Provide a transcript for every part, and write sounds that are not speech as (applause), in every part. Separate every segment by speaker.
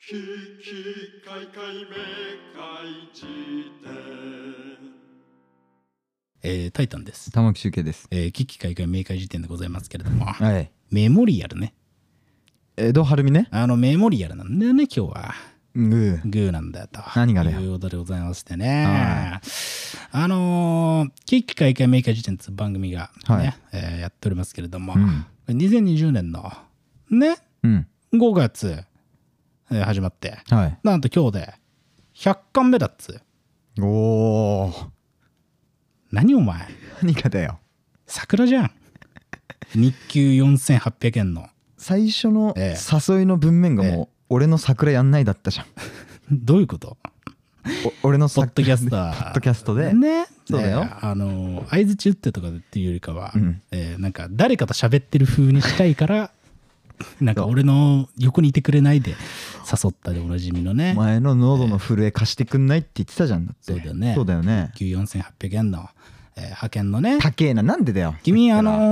Speaker 1: ききかいかいめかいじ
Speaker 2: えータイタンです。
Speaker 3: 玉木周慶です。
Speaker 2: えー、危機開会明快時点でございますけれども、
Speaker 3: はい。
Speaker 2: メモリアルね。
Speaker 3: 江戸晴美ね。
Speaker 2: あの、メモリアルなんだよね、今日は。
Speaker 3: うん。
Speaker 2: グーなんだよと。
Speaker 3: 何がだよ
Speaker 2: いうことでございましてね。あのー、危機開会明快時点という番組が、ね
Speaker 3: はい
Speaker 2: えーやっておりますけれども、
Speaker 3: うん
Speaker 2: 2020年の、ね、
Speaker 3: うん。
Speaker 2: 5月、えー始まって、
Speaker 3: はい。
Speaker 2: なんと今日で100巻目だっつ。
Speaker 3: おお。
Speaker 2: 何お前、
Speaker 3: 何かだよ。
Speaker 2: 桜じゃ
Speaker 3: (laughs)
Speaker 2: ん。日給4800円の。
Speaker 3: 最初の
Speaker 2: え
Speaker 3: 誘いの文面がもう、俺の桜やんないだったじゃん。
Speaker 2: どういうこと
Speaker 3: お俺の
Speaker 2: ポッ
Speaker 3: 桜
Speaker 2: ドキャス
Speaker 3: で
Speaker 2: ター。
Speaker 3: ポッドキャストで。
Speaker 2: ね。
Speaker 3: そうだよ
Speaker 2: えーあのー、相づち打ってとかでっていうよりかは、
Speaker 3: うん
Speaker 2: えーなんか誰かと喋ってる風にしたい
Speaker 3: (laughs)
Speaker 2: から、なんか俺の横にいてくれないで誘ったでおなじみのね。
Speaker 3: 前の喉の震え貸してくんないって言ってたじゃんだって。
Speaker 2: そうだよね
Speaker 3: そうだよね。
Speaker 2: 給4800円の、えー派遣のね。
Speaker 3: 高えな。なんでだよ。
Speaker 2: 君、あのー、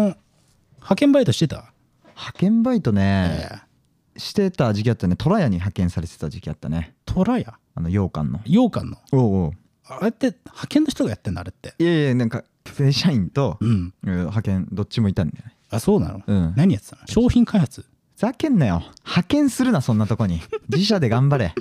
Speaker 2: 派遣バイトしてた
Speaker 3: 派遣バイト
Speaker 2: え
Speaker 3: ね、
Speaker 2: ー
Speaker 3: してた時期あったね。トラヤに派遣されてた時期あったね。
Speaker 2: 虎屋
Speaker 3: あの、羊羹の。
Speaker 2: 羊羹の。
Speaker 3: おうおう。
Speaker 2: あれって派遣の人がやってんのあれって。
Speaker 3: いやいや、なんか、正社員と、
Speaker 2: うん。
Speaker 3: うん派遣、どっちもいたんだよね。
Speaker 2: あ、そうなの、
Speaker 3: うん
Speaker 2: 何やってたの商品開発。
Speaker 3: ふざけんなよ派遣するなそんなとこに自社で頑張れ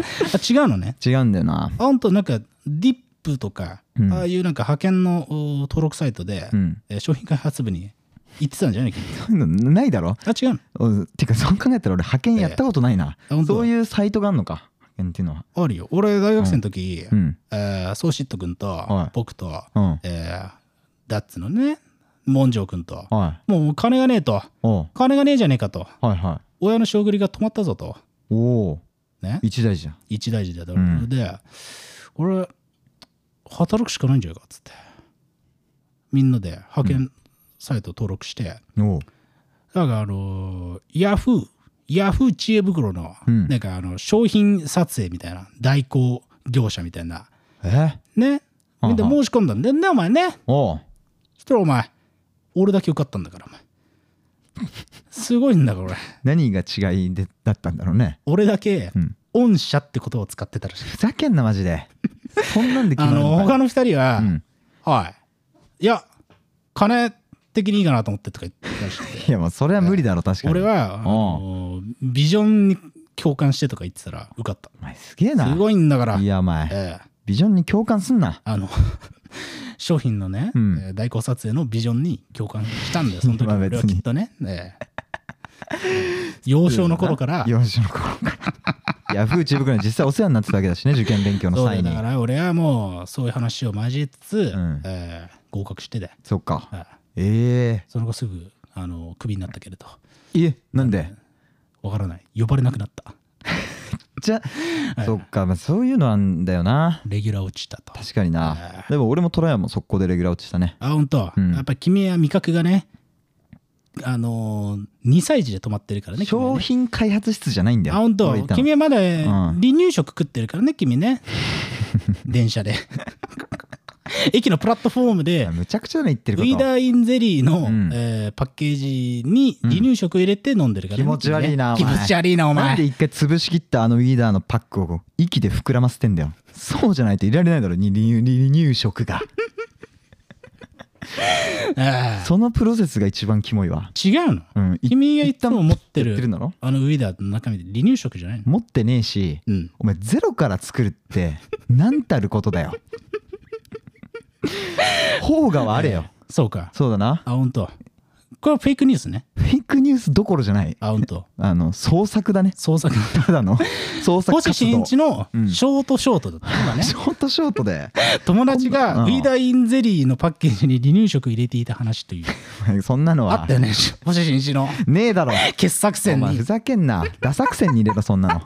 Speaker 2: あ、違うのね。
Speaker 3: 違うんだよな
Speaker 2: あんとなんかディップとか、
Speaker 3: うん
Speaker 2: ああいうなんか派遣のお登録サイトで、
Speaker 3: うん
Speaker 2: えー商品開発部に行ってたんじゃない
Speaker 3: (laughs)
Speaker 2: か
Speaker 3: そういうのないだろ
Speaker 2: あ違うの
Speaker 3: うんてかそう考えたら俺派遣やったことないな、
Speaker 2: ええあ本当
Speaker 3: そういうサイトがあんのか派遣っていうのは
Speaker 2: あるよ俺大学生の時、
Speaker 3: うん
Speaker 2: えーソーシット君と
Speaker 3: はい
Speaker 2: 僕と、
Speaker 3: うん
Speaker 2: えーダッツのねモンジョー君と
Speaker 3: はい
Speaker 2: もう金がねえと
Speaker 3: おう
Speaker 2: 金がねえじゃねえかと
Speaker 3: はいは
Speaker 2: 親の仕送りが止まったぞと
Speaker 3: いおお
Speaker 2: ね
Speaker 3: 一大事じゃん
Speaker 2: 一大事だと、
Speaker 3: うん
Speaker 2: で俺働くしかないんじゃないかっつってみんなで派遣サイト登録して、
Speaker 3: おう
Speaker 2: なんかあのーヤフー、ヤフー知恵袋の、
Speaker 3: うん
Speaker 2: なんかあの、商品撮影みたいな、代行業者みたいな、
Speaker 3: え
Speaker 2: ね。みんな
Speaker 3: はは
Speaker 2: 申し込んだんだよね、お前ね。
Speaker 3: おう
Speaker 2: そしたらお前、俺だけ受かったんだから、お前。すごいんだから、俺。
Speaker 3: 何が違いでだったんだろうね
Speaker 2: 俺だけ
Speaker 3: うん、
Speaker 2: 御社って言葉を使ってたらしい。
Speaker 3: ふざけんなマジでそんなんで決
Speaker 2: あ
Speaker 3: まる
Speaker 2: の、
Speaker 3: のか
Speaker 2: 他の二人は、
Speaker 3: うん
Speaker 2: はい。いや、金的にいいかなと思ってとか言ってたらしく
Speaker 3: い
Speaker 2: て。
Speaker 3: やもうそれは無理だろ確かに
Speaker 2: 俺は、あのービジョンに共感してとか言ってたら受かった。
Speaker 3: お前すげえな
Speaker 2: すごいんだから。
Speaker 3: いやお前
Speaker 2: ええ
Speaker 3: ビジョンに共感すんな
Speaker 2: あの (laughs) 商品のね、
Speaker 3: うん
Speaker 2: えー代行撮影のビジョンに共感したんだよ、その時
Speaker 3: (laughs) まあ
Speaker 2: 俺は
Speaker 3: 別に
Speaker 2: きっとね。ええ幼少の頃から、
Speaker 3: 幼少の頃から。ヤフーチーブくらい実際お世話になってたわけだしね、受験勉強の
Speaker 2: そうだ
Speaker 3: 際
Speaker 2: よ
Speaker 3: に
Speaker 2: だか。ら俺はもうそういう話を交えつつ、
Speaker 3: ん
Speaker 2: ええ合格してで、
Speaker 3: そっか。
Speaker 2: はい
Speaker 3: え
Speaker 2: その後すぐあのクビになったけれど、
Speaker 3: えいえ、なんで
Speaker 2: わからない、呼ばれなくなった、
Speaker 3: じゃ、そっか、まあそういうのなんだよな。
Speaker 2: レギュラー落ちたと。
Speaker 3: 確かにな。でも俺もトラヤも速攻でレギュラー落ちしたね。
Speaker 2: あ、本当、
Speaker 3: うん
Speaker 2: やっぱり君は味覚がね、あのー、2歳児で止まってるからね、君はね
Speaker 3: 商品開発室じゃないんだよ。
Speaker 2: あ、本当
Speaker 3: 俺いたの
Speaker 2: 君はまだ離
Speaker 3: ん
Speaker 2: 乳食食ってるからね、君
Speaker 3: (laughs)
Speaker 2: ね。電車で。駅のプラットフォームで、
Speaker 3: むちゃくちゃだね言ってる
Speaker 2: ウィ
Speaker 3: こと。
Speaker 2: ダーインゼリーの、
Speaker 3: ん
Speaker 2: えーパッケージに離乳食入れて飲んでるからね。
Speaker 3: 気持ち悪いな、お
Speaker 2: 君
Speaker 3: 前
Speaker 2: ね気持ち悪いな、お
Speaker 3: なんで
Speaker 2: 前。
Speaker 3: 一回潰しきったあのウィーダーのパックを息で膨らませてんだよ。そうじゃないといられないだろ、に離離乳食が。
Speaker 2: ああ
Speaker 3: そのプロセスが一番キモいわ。
Speaker 2: 違うの。
Speaker 3: うん、い
Speaker 2: 君がいつも持って
Speaker 3: 言ってるん
Speaker 2: る
Speaker 3: だろ
Speaker 2: あのウィダーの中身で離乳食じゃないの
Speaker 3: 持ってねえし、
Speaker 2: うん。
Speaker 3: お前ゼロから作るって何たることだよ方がはあれよ
Speaker 2: そうか。
Speaker 3: そうだな
Speaker 2: あ、本当。これはフェイクニュースね。
Speaker 3: フェイクニュースどころじゃない
Speaker 2: あ、本
Speaker 3: (laughs)
Speaker 2: 当。
Speaker 3: あの創作だね
Speaker 2: 創作。
Speaker 3: ただの創作
Speaker 2: (laughs) 星
Speaker 3: 活
Speaker 2: 新
Speaker 3: 動
Speaker 2: 一
Speaker 3: シ
Speaker 2: の
Speaker 3: うん
Speaker 2: ショートショートだったのがね。
Speaker 3: ョートショートで
Speaker 2: 友達が
Speaker 3: う
Speaker 2: ウ
Speaker 3: ん
Speaker 2: ィーダーインゼリーのパッケージに離乳食入れていた話という
Speaker 3: お前そんなの
Speaker 2: あ
Speaker 3: は
Speaker 2: ったよね星新一の
Speaker 3: ねえだろ
Speaker 2: 傑作
Speaker 3: お
Speaker 2: 選
Speaker 3: 前
Speaker 2: に
Speaker 3: ふざけんな打作戦に入れろそんなの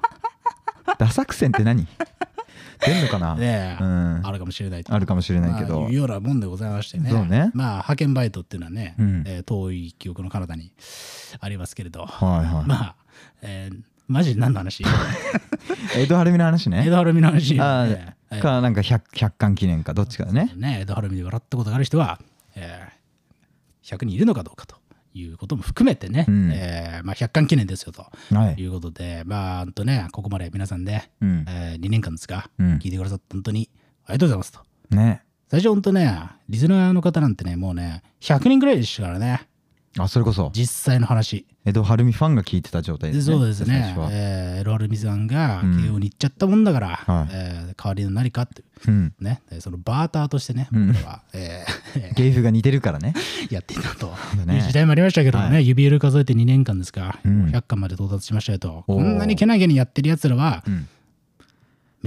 Speaker 3: 打作戦って何出んのかな、
Speaker 2: ねえ
Speaker 3: うん
Speaker 2: あるかもしれないと
Speaker 3: あるかもしれないけ
Speaker 2: ま
Speaker 3: ど
Speaker 2: あいうようなもんでございましてね
Speaker 3: そうね
Speaker 2: まあ派遣バイトっていうのはね、
Speaker 3: うん
Speaker 2: えー遠い記憶の彼方にありますけれど、
Speaker 3: はいはい
Speaker 2: まあ、えーマジで何の
Speaker 3: (laughs)
Speaker 2: 話
Speaker 3: 江戸晴美の話
Speaker 2: 江
Speaker 3: ね
Speaker 2: 戸晴美の話、
Speaker 3: あ
Speaker 2: ねえ
Speaker 3: ーかなんか 100, 100巻記念かどっちかだね
Speaker 2: ね江戸晴美で笑ったことがある人は、えー100人いるのかどうかということも含めてね、
Speaker 3: うん
Speaker 2: えーまあ、100巻記念ですよと
Speaker 3: はい
Speaker 2: いうことで、まあ、ほんとね、ここまで皆さんね、
Speaker 3: うん
Speaker 2: えー2年間ですか、
Speaker 3: うん
Speaker 2: 聞いてくださって本当にありがとうございますと。
Speaker 3: ね
Speaker 2: 最初本当ね、リスナーの方なんてね、もうね、100人ぐらいでしたからね、
Speaker 3: あそれこそ
Speaker 2: 実際の話。
Speaker 3: 江戸晴美ファンが聞いてた状態ですね
Speaker 2: そうです
Speaker 3: 最
Speaker 2: ね
Speaker 3: 初は、
Speaker 2: えー、エロアルミさんが
Speaker 3: うん
Speaker 2: 慶応に行っちゃったもんだから、
Speaker 3: はい
Speaker 2: えー代わりの何かって、
Speaker 3: うん
Speaker 2: ね、えーそのバーターとしてね、
Speaker 3: ん
Speaker 2: 僕らは、えー
Speaker 3: 芸風が似てるからね
Speaker 2: やっていたと
Speaker 3: うだ
Speaker 2: い
Speaker 3: ね
Speaker 2: う時代もありましたけどもね、
Speaker 3: は
Speaker 2: 指折り数えて2年間ですか、
Speaker 3: うん
Speaker 2: 100巻まで到達しましたよと、
Speaker 3: お
Speaker 2: こ
Speaker 3: ー
Speaker 2: んなにけなげにやってるやつらは
Speaker 3: ん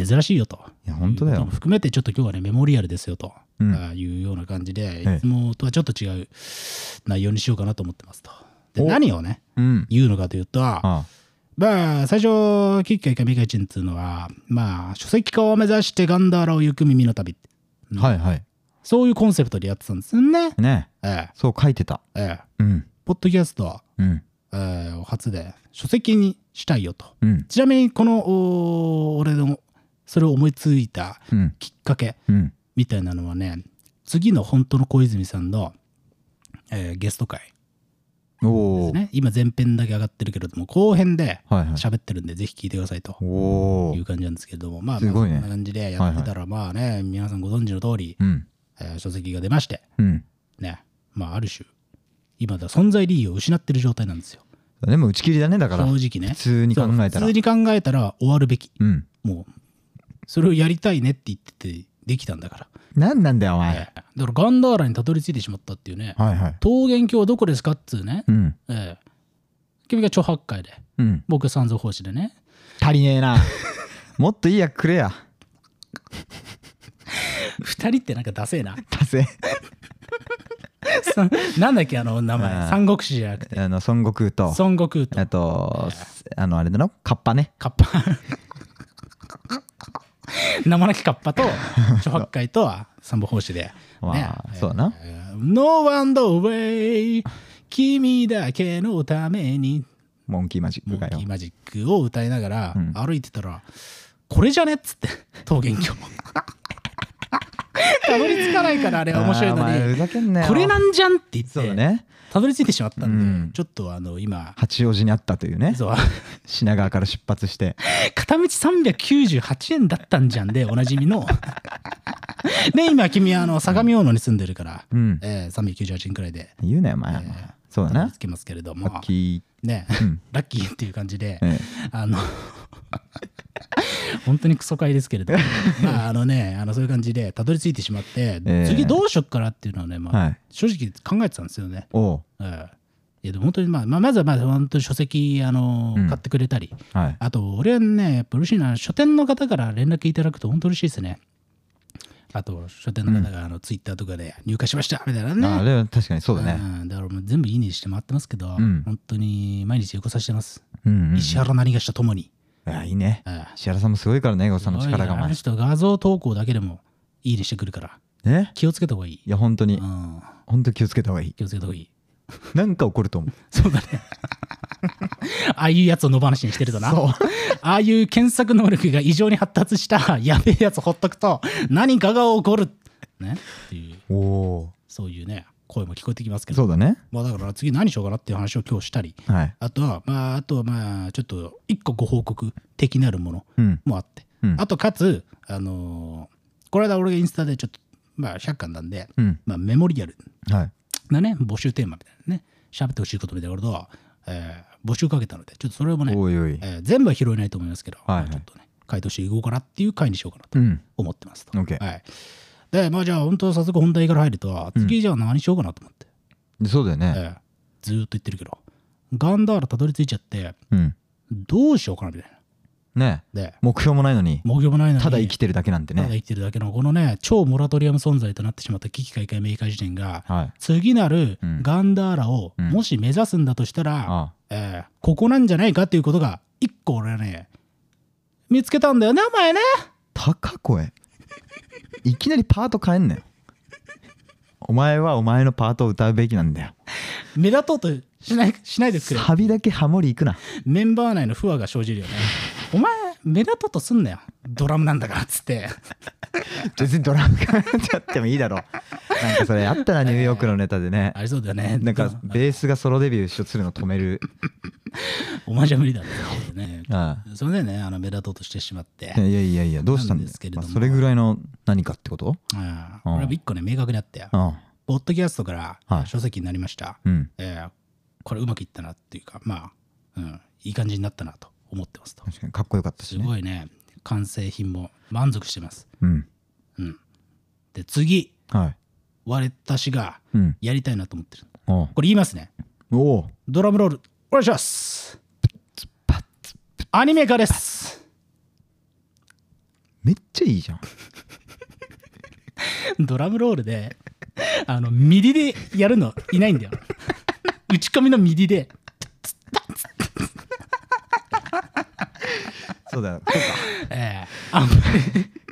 Speaker 2: 珍しいよと。
Speaker 3: いや本当だ
Speaker 2: いうこと
Speaker 3: よ
Speaker 2: も含めてちょっと今日はねメモリアルですよと、
Speaker 3: うん
Speaker 2: ああいうような感じで
Speaker 3: え
Speaker 2: いつもとはちょっと違う内容にしようかなと思ってますと。で
Speaker 3: お
Speaker 2: 何をね
Speaker 3: うん
Speaker 2: 言うのかというと、
Speaker 3: あ
Speaker 2: まあ、最初、キッカイカミカイチンっていうのは、まあ、書籍化を目指してガンダーラを行く耳の旅って、
Speaker 3: あはいはい
Speaker 2: そういうコンセプトでやってたんですよね。
Speaker 3: ね
Speaker 2: ええ、
Speaker 3: そう書いてた
Speaker 2: ええ、
Speaker 3: うん
Speaker 2: ポッドキャストは、
Speaker 3: うん
Speaker 2: ええを初で書籍にしたいよと。
Speaker 3: うん
Speaker 2: ちなみに、この、お俺の、それを思いついた
Speaker 3: うん
Speaker 2: きっかけ
Speaker 3: うん
Speaker 2: みたいなのはね、次の本当の小泉さんの、ええゲスト会で
Speaker 3: お
Speaker 2: す
Speaker 3: お、
Speaker 2: ね。今、前編だけ上がってるけれども、後編で
Speaker 3: はいはい
Speaker 2: 喋ってるんで、ぜひ聞いてくださいと。
Speaker 3: おお
Speaker 2: いう感じなんですけれども、まあ、
Speaker 3: すごいね
Speaker 2: まあそんな感じでやってたら、まあね、皆さんご存知の通り、
Speaker 3: うん
Speaker 2: えー書籍が出まして、
Speaker 3: うん
Speaker 2: ね、まあ、ある種、今だ存在理由を失ってる状態なんですよ。
Speaker 3: でも打ち切りだねだから
Speaker 2: 正
Speaker 3: 普
Speaker 2: 直ね。
Speaker 3: 通に考
Speaker 2: そ
Speaker 3: えた
Speaker 2: う
Speaker 3: ら
Speaker 2: 普通に考えたら終わるべき。
Speaker 3: うん
Speaker 2: もう、それをやりたいねって言ってて、できたんだから。
Speaker 3: 何なんだよお前
Speaker 2: ええだから、ガンダーラにたどり着いてしまったっていうね、
Speaker 3: はいはい
Speaker 2: 桃源郷はどこですかっつうね、
Speaker 3: うん
Speaker 2: ええ君が著白海で、
Speaker 3: うん
Speaker 2: 僕三蔵法師でね、 (laughs)
Speaker 3: 足りねえなもっといい役くれや
Speaker 2: 二人ってなんかダセえな。 (laughs)
Speaker 3: 達成
Speaker 2: さなんだっけ、あの名
Speaker 3: あ
Speaker 2: 前、
Speaker 3: ー
Speaker 2: 三国志じゃなくて。
Speaker 3: あの孫悟空と
Speaker 2: 孫悟空と
Speaker 3: あとあのあれだろカッパね
Speaker 2: カッパ (laughs) 生なきカッ
Speaker 3: (laughs)
Speaker 2: パと諸八海とは三部法師で、ね
Speaker 3: まあそうだな
Speaker 2: えー No one the way 君だけのために
Speaker 3: モンキーマジッ
Speaker 2: モ
Speaker 3: ク
Speaker 2: ンキ
Speaker 3: がよ
Speaker 2: ーマジックを歌いながら
Speaker 3: うん
Speaker 2: 歩いてたら、これじゃねっつって桃源郷たどり着かないからあれは面白い
Speaker 3: あーお前
Speaker 2: の
Speaker 3: ふ
Speaker 2: に
Speaker 3: ざけんなよ
Speaker 2: これなんじゃんって言っ
Speaker 3: そうだ
Speaker 2: て
Speaker 3: ね
Speaker 2: たどり着いてしまったんで、
Speaker 3: うん
Speaker 2: ちょっとあの今
Speaker 3: 八王子にあったというね
Speaker 2: そう
Speaker 3: 品川から出発して
Speaker 2: 片道398円だったんじゃんでおなじみ
Speaker 3: (laughs)
Speaker 2: ので今君はあの相模大野に住んでるから、
Speaker 3: うん
Speaker 2: えー398円くらいで
Speaker 3: 言うなよお前そうだ
Speaker 2: たどり
Speaker 3: な
Speaker 2: つけますけれども
Speaker 3: ラッキ
Speaker 2: ね、
Speaker 3: ーうん
Speaker 2: (laughs) ラッキーっていう感じで、
Speaker 3: ええ
Speaker 2: あの (laughs) 本当にクソ会ですけれ
Speaker 3: (laughs)
Speaker 2: どもまああのねあのそういう感じでたどり着いてしまって、
Speaker 3: ええ
Speaker 2: 次どうしよっかなっていうのはね、まあ
Speaker 3: はい
Speaker 2: 正直考えてたんですよね。
Speaker 3: おう
Speaker 2: ええいやでも本当に、まあ、まあまずはまあ本当に書籍あの、
Speaker 3: うん
Speaker 2: 買ってくれたり、
Speaker 3: はい
Speaker 2: あと、俺はね、やっぱ嬉しいな、書店の方から連絡いただくと本当嬉しいですね。あと、書店の方があのツイッターとかで入荷しましたみたいなね。
Speaker 3: ああれは確かにそうだね
Speaker 2: うんだからもう全部いいねして回ってますけど、
Speaker 3: ん
Speaker 2: 本当に毎日よこさしてます。
Speaker 3: うんうんい
Speaker 2: 石原何がしたともに。
Speaker 3: やいいね
Speaker 2: うん
Speaker 3: 石原さんもすごいからねエゴさんの力がお
Speaker 2: あの
Speaker 3: 前
Speaker 2: 人画像投稿だけでもいいねしてくるから、
Speaker 3: ね
Speaker 2: 気をつけた方がいい。
Speaker 3: いや本当に
Speaker 2: うん、
Speaker 3: 本当気をつけた方がいい
Speaker 2: 気をつけた方がいい。
Speaker 3: なんか怒ると思う
Speaker 2: そうだね。 (laughs) ああいうやつを野放しにしてるとな。ああいう検索能力が異常に発達したやべえやつほっとくと何かが起こる。ね。っていう、
Speaker 3: おお
Speaker 2: そういうね、声も聞こえてきますけ
Speaker 3: ー
Speaker 2: ど。
Speaker 3: そうだね
Speaker 2: まあだから次何しようかなっていう話を今日したり、
Speaker 3: はい
Speaker 2: あとは、まああとはまあちょっと一個ご報告的なるもの
Speaker 3: うん
Speaker 2: もあって、
Speaker 3: うん
Speaker 2: あとかつ、あのーこの間俺がインスタでちょっと、まあ100巻なんで、
Speaker 3: うん
Speaker 2: まあメモリアル
Speaker 3: はい
Speaker 2: なね、募集テーマみたいなね、喋ってほしいことみたいなことを、えー募集かけたので、ちょっとそれもね、
Speaker 3: おいおい
Speaker 2: えー全部は拾えないと思いますけど、
Speaker 3: はいはい
Speaker 2: ちょっとね、回答していこうかなっていう回にしようかなと
Speaker 3: うん
Speaker 2: 思ってますと。
Speaker 3: オッケー
Speaker 2: はい、で、まあじゃあ、本当早速本題から入ると、次じゃあ何しようかなと思って、
Speaker 3: でそうだよね
Speaker 2: えーずーっと言ってるけど、ガンダーラたどり着いちゃって、
Speaker 3: うん
Speaker 2: どうしようかなみたい
Speaker 3: ね
Speaker 2: な。で、
Speaker 3: 目標もないのに
Speaker 2: 目標もないのに、
Speaker 3: ただ生きてるだけなんて
Speaker 2: ただ
Speaker 3: ね
Speaker 2: 生きてるだけの、このね、超モラトリアム存在となってしまった危機開会明快時点が、
Speaker 3: はい
Speaker 2: 次なる
Speaker 3: うん
Speaker 2: ガンダーラを
Speaker 3: うん
Speaker 2: もし目指すんだとしたら、
Speaker 3: あ
Speaker 2: えーここなんじゃないかっていうことが一個俺はね見つけたんだよねお前ね
Speaker 3: 高声いきなりパート変えんなよお前はお前のパートを歌うべきなんだよ
Speaker 2: 目立とうとしないしないでくれ
Speaker 3: サビだけハモリいくな
Speaker 2: メンバー内の不和が生じるよねお前目立とうとすんなよドラムなんだからっつって
Speaker 3: 別にドラムからちゃってもいいだろなんかそれあったなニューヨークのネタでね
Speaker 2: ありそうだよね
Speaker 3: なんかベースがソロデビューしようとするの止める
Speaker 2: お前じゃ無理だろってね
Speaker 3: あ
Speaker 2: それでねあの目立とうとしてしまって
Speaker 3: あいやいやいやどうしたん
Speaker 2: なん
Speaker 3: で
Speaker 2: ですすけ
Speaker 3: か
Speaker 2: れども
Speaker 3: それぐらいの何かってこと
Speaker 2: うん
Speaker 3: うん
Speaker 2: 俺は一個ね明確にあったよ
Speaker 3: うん
Speaker 2: ポッドキャストか
Speaker 3: は
Speaker 2: ら
Speaker 3: い
Speaker 2: 書籍になりました
Speaker 3: うん
Speaker 2: えーこれうまくいったなっていうかまあうんいい感じになったなと思ってますと
Speaker 3: 確かにかっこよかったし
Speaker 2: す
Speaker 3: ね
Speaker 2: ごいね完成品も満足してます
Speaker 3: うん
Speaker 2: で次
Speaker 3: はい
Speaker 2: 私が
Speaker 3: うん
Speaker 2: やりたいなと思ってる
Speaker 3: おう
Speaker 2: これ言いますね
Speaker 3: おお
Speaker 2: ドラムロールお願いしますアニメ化です
Speaker 3: めっちゃいいじゃん
Speaker 2: ドラムロールであのミディでやるのいないん
Speaker 3: (laughs)
Speaker 2: だよ打ち込みのミディで
Speaker 3: そ
Speaker 2: (laughs)
Speaker 3: うだよそう
Speaker 2: ええあ
Speaker 3: か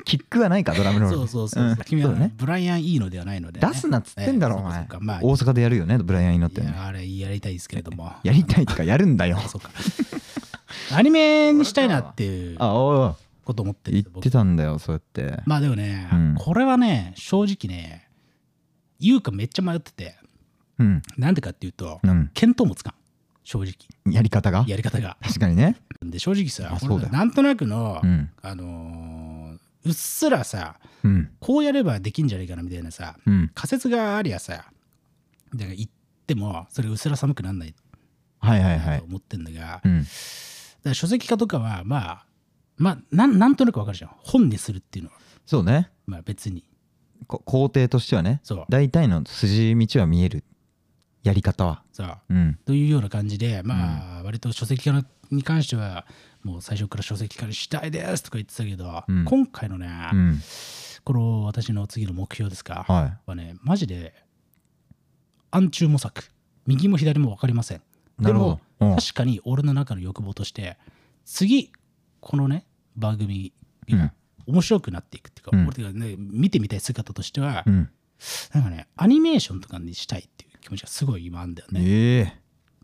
Speaker 3: キックはないかドラムロール
Speaker 2: そうそうそう、
Speaker 3: ん
Speaker 2: 君
Speaker 3: そ
Speaker 2: は
Speaker 3: うだね
Speaker 2: ブライアン・イーノではないのでね、
Speaker 3: 出すなっつってんだろお
Speaker 2: ええそ
Speaker 3: 前
Speaker 2: っかそっかまあ
Speaker 3: 大阪でやるよねブライアンになって
Speaker 2: い
Speaker 3: ね
Speaker 2: やあれやりたいですけれども
Speaker 3: やりたいとかやるんだよ
Speaker 2: (laughs) そうかアニメにしたいなっていう
Speaker 3: あおう
Speaker 2: こと思ってるん
Speaker 3: 言っ
Speaker 2: です僕
Speaker 3: てたんだよそうやって
Speaker 2: まあでもね、
Speaker 3: うん
Speaker 2: これはね正直ね言うかめっちゃ迷ってて
Speaker 3: うん
Speaker 2: なんでかっていうと
Speaker 3: うん
Speaker 2: 見当もつかん正直
Speaker 3: やり方が
Speaker 2: やり方が
Speaker 3: 確かにね
Speaker 2: で正直さ
Speaker 3: あ
Speaker 2: 俺
Speaker 3: そうだよ
Speaker 2: なんとなくの、
Speaker 3: うん
Speaker 2: あのーうっすらさ
Speaker 3: うん
Speaker 2: こうやればできんじゃないかなみたいなさ
Speaker 3: うん
Speaker 2: 仮説がありゃさだから言ってもそれうっすら寒くなんない
Speaker 3: はいはいは
Speaker 2: と
Speaker 3: い
Speaker 2: 思ってんだが、だか
Speaker 3: うん
Speaker 2: ら書籍化とかはまあまあなんなんとなくわかるじゃん本にするっていうのは
Speaker 3: そうね
Speaker 2: まあ別に
Speaker 3: こ工程としてはね
Speaker 2: そう
Speaker 3: 大体の筋道は見えるやり方は
Speaker 2: さ
Speaker 3: うん
Speaker 2: というような感じでまあ、割と書籍化に関してはもう最初から書籍化にしたいですとか言ってたけど、
Speaker 3: うん
Speaker 2: 今回のね、
Speaker 3: うん
Speaker 2: この私の次の目標ですか、
Speaker 3: は
Speaker 2: はねマジで暗中模索右も左も分かりません
Speaker 3: いな
Speaker 2: で
Speaker 3: るほ
Speaker 2: も
Speaker 3: どうん
Speaker 2: 確かに俺の中の欲望として次このね番組
Speaker 3: うん
Speaker 2: が面白くなっていくっていうか、
Speaker 3: うん
Speaker 2: 俺が、ね、見てみたい姿としては、
Speaker 3: うん
Speaker 2: なんかねアニメーションとかにしたいっていう気持ちがすごい今あるんだよね、
Speaker 3: ええ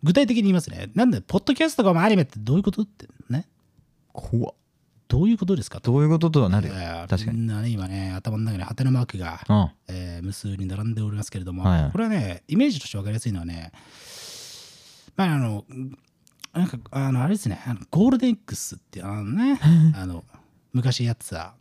Speaker 2: 具体的に言いますねなんでポッドキャストとかもアニメってどういうことってね
Speaker 3: 怖っ
Speaker 2: どういうことですかと
Speaker 3: どういうこととはなるよ
Speaker 2: えー
Speaker 3: 確かに
Speaker 2: みんなね今ね頭の中にハテナマークが
Speaker 3: うんは
Speaker 2: えー無数に並んでおりますけれども、
Speaker 3: はいはい
Speaker 2: これはねイメージとして分かりやすいのはねまああのなんかあのあれですねあのゴールデン X ってあの
Speaker 3: (laughs)
Speaker 2: ねあの昔やってた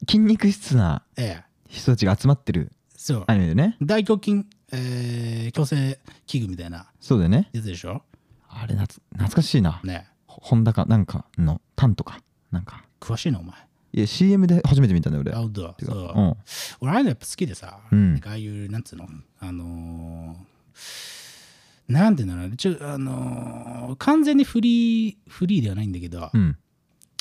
Speaker 3: い筋肉質な
Speaker 2: ええ
Speaker 3: 人たちが集まってる
Speaker 2: そう
Speaker 3: アニメでね
Speaker 2: 大胸筋、えー矯正器具みたいな
Speaker 3: そうだよね
Speaker 2: やつでしょ
Speaker 3: あれ懐懐かしいな
Speaker 2: ね
Speaker 3: 本田かなんかのタンとかなんか
Speaker 2: 詳しいなお前
Speaker 3: いや CM で初めて見たんだよ俺
Speaker 2: アウト
Speaker 3: て
Speaker 2: そ
Speaker 3: か
Speaker 2: う、
Speaker 3: うん
Speaker 2: 俺ああいうのやっぱ好きでさ、
Speaker 3: うん
Speaker 2: なんかああいうなんつうのあのーなんていうんだろうねちょあのー完全にフリーフリーではないんだけど、
Speaker 3: うん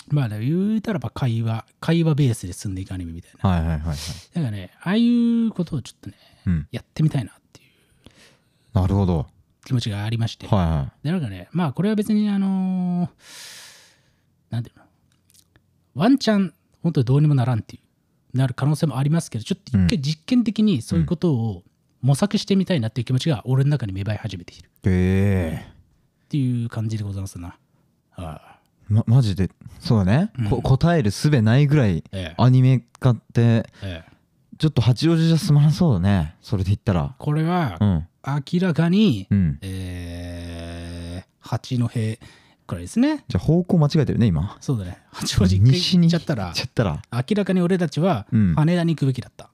Speaker 2: まあ、ね、言うたらば会話、会話ベースで進んでいくアニメみたいな。
Speaker 3: はいはいはいはい
Speaker 2: だからね、ああいうことをちょっとね、
Speaker 3: うん
Speaker 2: やってみたいなっていう
Speaker 3: なるほど
Speaker 2: 気持ちがありまして。
Speaker 3: はいは
Speaker 2: で、なんかね、まあ、これは別に、あのーなんていうの、ワンチャン、本当にどうにもならんっていう、なる可能性もありますけど、ちょっと一回実験的にそういうことを模索してみたいなっていう気持ちが俺の中に芽生え始めている
Speaker 3: いへえ
Speaker 2: っていう感じでございますな。ああ
Speaker 3: ま、マジでそうだね、こ答えるすべないぐらい
Speaker 2: ええ
Speaker 3: アニメ化って
Speaker 2: ええ、
Speaker 3: ちょっと八王子じゃ済まなそうだねそれで言ったら
Speaker 2: これは
Speaker 3: う、ん
Speaker 2: 明らかに、
Speaker 3: うん
Speaker 2: えー、八戸くらいですね。
Speaker 3: じゃあ方向間違えてるね今
Speaker 2: そうだね。八王子行っちゃったら
Speaker 3: 行っ、ちゃったら
Speaker 2: 明らかに俺たちは
Speaker 3: うん
Speaker 2: 羽田に行くべきだった。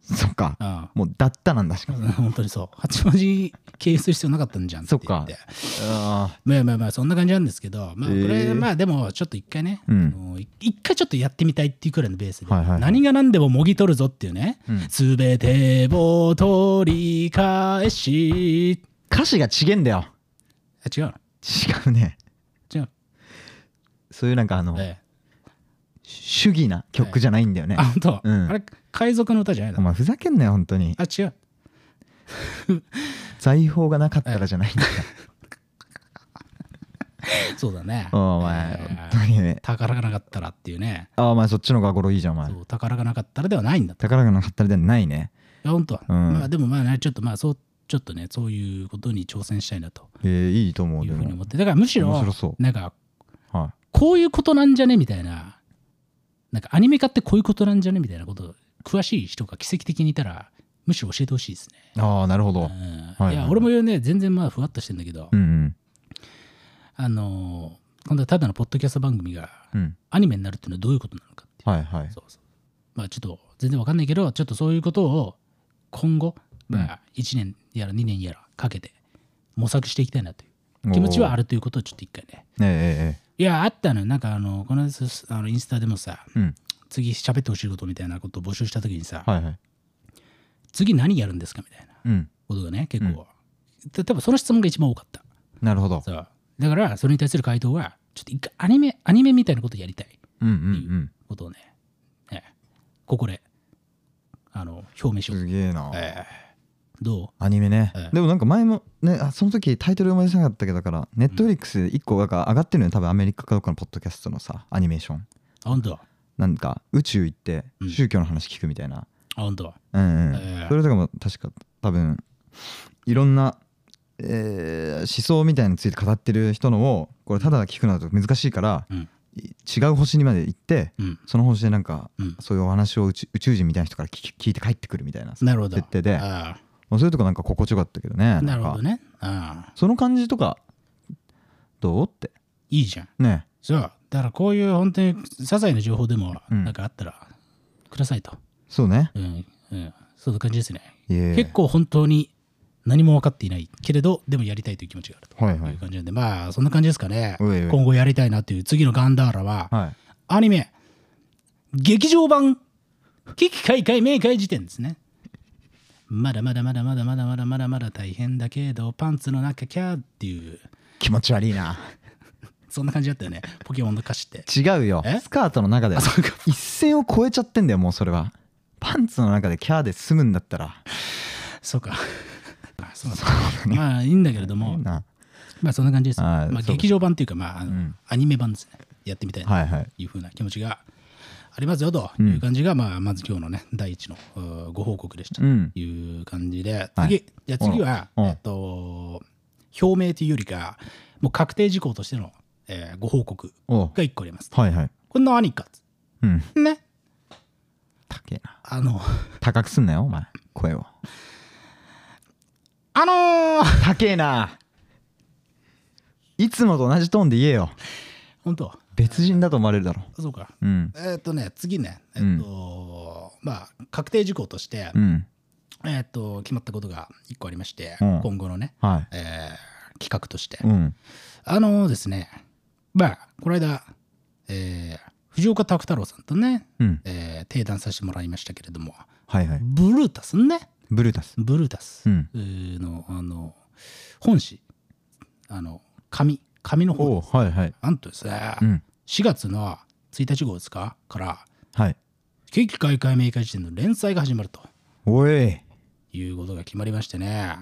Speaker 3: そっか
Speaker 2: あ
Speaker 3: もうだったなんだしか
Speaker 2: あ
Speaker 3: も
Speaker 2: 本当にそう。八王子経由する必要なかったんじゃんって
Speaker 3: そ
Speaker 2: 言
Speaker 3: っか
Speaker 2: って。
Speaker 3: あ
Speaker 2: まあまあまあ、そんな感じなんですけど、まあ、こ
Speaker 3: へ
Speaker 2: れ、
Speaker 3: ー
Speaker 2: まあでも、ちょっと一回ね、
Speaker 3: うん
Speaker 2: あのい一回ちょっとやってみたいっていうくらいのベースで、
Speaker 3: はいはいはい
Speaker 2: 何が何でももぎ取るぞっていうね
Speaker 3: うん、
Speaker 2: すべ、てを取り返し、
Speaker 3: ー歌詞が違えんだよ
Speaker 2: あ違うの
Speaker 3: 違うね
Speaker 2: 違う
Speaker 3: そういうなんかあの
Speaker 2: の、ええ
Speaker 3: 主義な曲じゃないんだよね
Speaker 2: あ、本当、
Speaker 3: うん
Speaker 2: あれ、海賊の歌じゃないの
Speaker 3: お前ふざけんなよ本当に
Speaker 2: あ、違う。
Speaker 3: 財宝がなかったらじゃない
Speaker 2: (laughs)
Speaker 3: んだよ
Speaker 2: そうだね。
Speaker 3: お前
Speaker 2: えー
Speaker 3: 本当にね
Speaker 2: 宝がなかったらっていうね。
Speaker 3: あお前そっちの方がゴロいいじゃんお前
Speaker 2: そう宝がなかったらではないんだと。
Speaker 3: 宝がなかったらじゃないね
Speaker 2: いや、本当は。
Speaker 3: うん
Speaker 2: まあでもまあね、ちょっとまあそうちょっとねそういうことに挑戦したいなと
Speaker 3: えーいいと思う
Speaker 2: い
Speaker 3: で
Speaker 2: うふうに
Speaker 3: も
Speaker 2: 思ってだからむし
Speaker 3: 面
Speaker 2: ろ
Speaker 3: 白そう
Speaker 2: なんか
Speaker 3: は
Speaker 2: こういうことなんじゃねみたいななんかアニメ化ってこういうことなんじゃねみたいなこと詳しい人が奇跡的にいたらむしろ教えてほしいですね。
Speaker 3: いああなるほど
Speaker 2: うん
Speaker 3: はい
Speaker 2: いや俺もね全然まあふわっとしてんだけど、
Speaker 3: うんうん
Speaker 2: あのー今度はただのポッドキャスト番組が
Speaker 3: うん
Speaker 2: アニメになるっていうのはどういうことなのかっていう
Speaker 3: はいはい
Speaker 2: そうそうまあちょっと全然わかんないけどちょっとそういうことを今後、まあ、1年やら2年やらかけて模索していきたいなという気持ちはあるということをちょっと一回ね
Speaker 3: えええ
Speaker 2: いやあったのよなんかあのこの間すあのインスタでもさ
Speaker 3: えうん
Speaker 2: 次喋ってほしいことみたいなことを募集した時にさ、
Speaker 3: はいはい
Speaker 2: 次何やるんですかみたいな
Speaker 3: うん
Speaker 2: ことがね結構、た多分その質問が一番多かった
Speaker 3: なるほど
Speaker 2: そうだからそれに対する回答はちょっと一回アニメアニメみたいなことやりたい
Speaker 3: うんうん
Speaker 2: ことをね、ええここであの表明し
Speaker 3: うん
Speaker 2: よう、
Speaker 3: すげえな
Speaker 2: ええど
Speaker 3: アニメね、
Speaker 2: ええ
Speaker 3: でもなんか前もねあその時タイトル思い出せなかったけどだからネットフリックスで1個なんか上がってるのよ多分アメリカかどっかのポッドキャストのさアニメーション
Speaker 2: うあ本当あ
Speaker 3: なんか宇宙行って
Speaker 2: うん
Speaker 3: 宗教の話聞くみたいな、
Speaker 2: 本当
Speaker 3: うんうん
Speaker 2: ええ
Speaker 3: それとかも確か多分いろんな、えー思想みたいなのについて語ってる人のをこれただ聞くのだと難しいから、
Speaker 2: うん
Speaker 3: い違う星にまで行って
Speaker 2: うん
Speaker 3: その星でなんか
Speaker 2: うん
Speaker 3: そういうお話を宇宙宇宙人みたいな人から聞き聞いて帰ってくるみたいな
Speaker 2: なるほど
Speaker 3: 設定で
Speaker 2: あ
Speaker 3: まあそういうとこなんか心地よかったけどね
Speaker 2: あなるほ
Speaker 3: ん
Speaker 2: ど
Speaker 3: か
Speaker 2: ねああ
Speaker 3: その感じとかどうって
Speaker 2: いいじゃん
Speaker 3: ね
Speaker 2: そうだからこういう本当に些細な情報でも
Speaker 3: うん
Speaker 2: なんかあったらくださいと、
Speaker 3: そうね
Speaker 2: うんうん、そういう感じですね、
Speaker 3: いえ
Speaker 2: 結構本当に何も分かっていないけれどでもやりたいという気持ちがあると
Speaker 3: はいはいいう
Speaker 2: 感じなんで、まあそんな感じですかね
Speaker 3: おいおい
Speaker 2: 今後やりたいなという次のガンダーラは、
Speaker 3: はい
Speaker 2: アニメ劇場版危機開会明快時点ですねまだまだまだまだまだまだまだまだ大変だけどパンツの中キャーっていう
Speaker 3: 気持ち悪いな
Speaker 2: そんな感じだったよねポケモンの歌詞って
Speaker 3: 違うよ
Speaker 2: え
Speaker 3: スカートの中で
Speaker 2: あ (laughs) そうか
Speaker 3: 一線を越えちゃってんだよもうそれはパンツの中でキャーで済むんだったら
Speaker 2: そうかあそうなんだまあいいんだけれども
Speaker 3: な
Speaker 2: まあそんな感じです。
Speaker 3: はい
Speaker 2: まあ、
Speaker 3: そう
Speaker 2: 劇場版というか、まああの
Speaker 3: ん
Speaker 2: アニメ版ですね。やってみたい
Speaker 3: は
Speaker 2: ない
Speaker 3: はい
Speaker 2: というふうな気持ちがありますよという感じが、まあ、まず今日のね、第一のうーご報告でしたと
Speaker 3: うん
Speaker 2: いう感じで、
Speaker 3: はい
Speaker 2: 次、じゃあ次は、
Speaker 3: うん
Speaker 2: えっと、表明というよりか、もう確定事項としての、えーご報告
Speaker 3: おう
Speaker 2: が1個あります。
Speaker 3: はいはい
Speaker 2: これ何かっつ
Speaker 3: うん
Speaker 2: ね。
Speaker 3: 高えな
Speaker 2: あの、 (laughs)
Speaker 3: 高くすんなよお前声を
Speaker 2: あのー
Speaker 3: 高えないつもと同じトーンで言えよ
Speaker 2: 本当
Speaker 3: 別人だと思われるだろ
Speaker 2: そうか。
Speaker 3: うん
Speaker 2: えっとね、次ね、えっと、まあ、確定事項として、
Speaker 3: うん
Speaker 2: えー、と決まったことが1個ありまして、
Speaker 3: うん
Speaker 2: 今後のね、
Speaker 3: はい
Speaker 2: えー企画として、
Speaker 3: うん
Speaker 2: あのですねまあこの間、えー藤岡拓太郎さんとね、
Speaker 3: うん
Speaker 2: えー、提談させてもらいましたけれども
Speaker 3: はいはい
Speaker 2: ブルータスね
Speaker 3: ブルータス
Speaker 2: ブルータス
Speaker 3: うん
Speaker 2: の,、あの本誌あの紙紙の
Speaker 3: お
Speaker 2: 方
Speaker 3: うはいはい
Speaker 2: なんとですね、
Speaker 3: うん
Speaker 2: 4月の1日号ですかから
Speaker 3: はい
Speaker 2: 景気開会明快時点の連載が始まると。
Speaker 3: おい
Speaker 2: いうことが決まりましてね、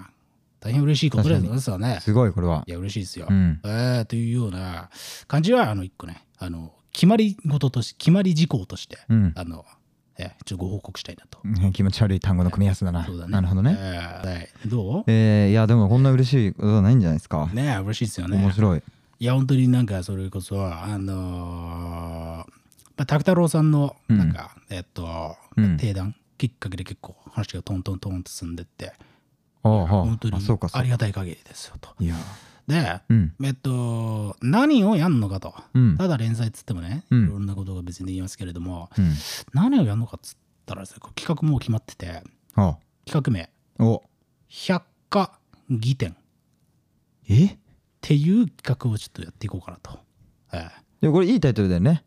Speaker 2: 大変嬉しいことで
Speaker 3: 確か
Speaker 2: すよね。
Speaker 3: すごいこれはい
Speaker 2: や、嬉しいですよ。
Speaker 3: うん
Speaker 2: えーというような感じは、あの、一個ね、あの、決まり事として、決まり事項として、
Speaker 3: うん
Speaker 2: あの、えー、ちょっとご報告したいなと。
Speaker 3: うん気持ち悪い単語の組み合わせだな
Speaker 2: そうだね
Speaker 3: なるほど
Speaker 2: え
Speaker 3: ね
Speaker 2: ーはいどう
Speaker 3: えーいやでもこんな嬉しいことはないんじゃないですか
Speaker 2: ねえ嬉しいですよ
Speaker 3: 面
Speaker 2: ね。
Speaker 3: 白い
Speaker 2: いや、本当になんか、それこそ、あのー、まあ、拓太郎さんの、なんか、えっと、
Speaker 3: うん
Speaker 2: 提談きっかけで結構話がトントントンと進んでって、
Speaker 3: ああああ
Speaker 2: 本当に
Speaker 3: あそうかそ
Speaker 2: あ
Speaker 3: うか
Speaker 2: りがたい限りですよと。
Speaker 3: いや
Speaker 2: で、
Speaker 3: うん
Speaker 2: えっと、何をやんのかと。
Speaker 3: うん
Speaker 2: ただ連載っつってもね、い
Speaker 3: うん
Speaker 2: ろんなことが別にできますけれども、
Speaker 3: うん
Speaker 2: 何をやんのかっつったらですね、こう企画もう決まってて、
Speaker 3: あ
Speaker 2: 企画名、
Speaker 3: あお
Speaker 2: 百科技典っ
Speaker 3: え
Speaker 2: ていう企画をちょっとやっていこうかなと。ええ
Speaker 3: でもこれいいタイトルだよね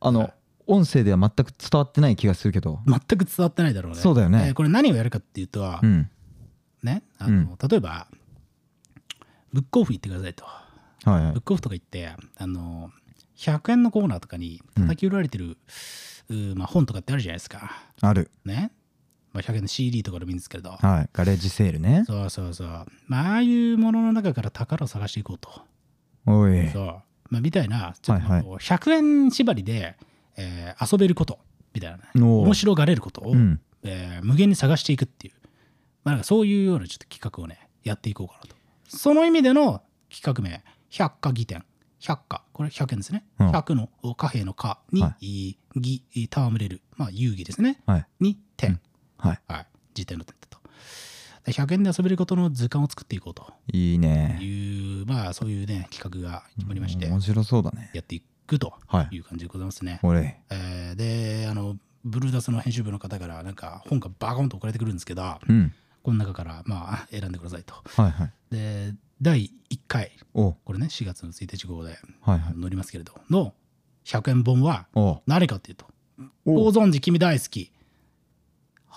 Speaker 3: あの音声では全く伝わってない気がするけど
Speaker 2: 全く伝わってないだろうね。
Speaker 3: そうだよね
Speaker 2: ええこれ何をやるかっていうと、
Speaker 3: うん
Speaker 2: ね、あの例えば、ブックオフ行ってくださいと。
Speaker 3: はいはい
Speaker 2: ブックオフとか行って、あの、100円のコーナーとかに叩き売られてる、うーまあ、本とかってあるじゃないですか。
Speaker 3: ある
Speaker 2: ね、まあ、100円の CD とかでもいいんですけれど、
Speaker 3: はいガレージセールね
Speaker 2: そうそうそう、まあ、ああいうものの中から宝を探していこうと、
Speaker 3: おい
Speaker 2: そうまあ、みたいな、ちょっと
Speaker 3: はいはい
Speaker 2: こう100円縛りで、えー遊べることみたいなね、
Speaker 3: おー
Speaker 2: 面白がれることを、
Speaker 3: うん
Speaker 2: えー無限に探していくっていうまあ、なんかそういうようなちょっと企画をねやっていこうかなとその意味での企画名百科技典百科これ100円ですね、
Speaker 3: うん
Speaker 2: 百の貨幣の貨に、
Speaker 3: は
Speaker 2: 義戯れるまあ遊戯ですね
Speaker 3: はい
Speaker 2: に点、
Speaker 3: は
Speaker 2: はい辞典の点だとで100円で遊べることの図鑑を作っていこうと
Speaker 3: いいいね
Speaker 2: いうまあそういうね企画が決まりまして
Speaker 3: 面白そうだね
Speaker 2: やっていくと
Speaker 3: はい
Speaker 2: いう感じでございますね、
Speaker 3: おれ
Speaker 2: えーであのブルーダスの編集部の方からなんか本がバコンと送られてくるんですけど、
Speaker 3: うん
Speaker 2: この中からまあ選んでくださいと。
Speaker 3: はいはい
Speaker 2: で第1回
Speaker 3: お
Speaker 2: これね4月の1日号で
Speaker 3: はいはい
Speaker 2: 載りますけれどの100円本は
Speaker 3: お
Speaker 2: 何かっていうと「ご
Speaker 3: お
Speaker 2: 存知君大好き」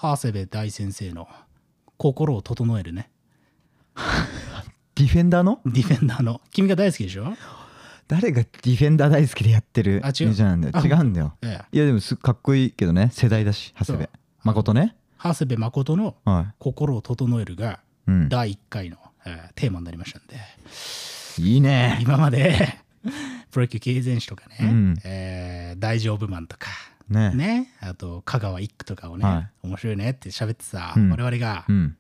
Speaker 2: 長谷部大先生の心を整えるね
Speaker 3: ディフェンダーの
Speaker 2: ディフェンダーの君が大好きでしょ
Speaker 3: 誰がディフェンダー大好きでやってる
Speaker 2: あ違う
Speaker 3: ミュージシャンなんだよ違うんだよ
Speaker 2: ええ
Speaker 3: いやでもすかっこいいけどね世代だし長谷部
Speaker 2: そう
Speaker 3: 誠ね
Speaker 2: 長谷部誠の
Speaker 3: は
Speaker 2: 「心を整える」が
Speaker 3: い、うん、
Speaker 2: 第1回の、えーテーマになりましたんで
Speaker 3: いいね
Speaker 2: (laughs) 今までプロ野球経営選手とかね、
Speaker 3: うん
Speaker 2: えー大丈夫マンとか
Speaker 3: ね
Speaker 2: ね、あと香川一区とかをね、
Speaker 3: は
Speaker 2: 面白いねって喋ってさ、
Speaker 3: うん
Speaker 2: 我々が
Speaker 3: うん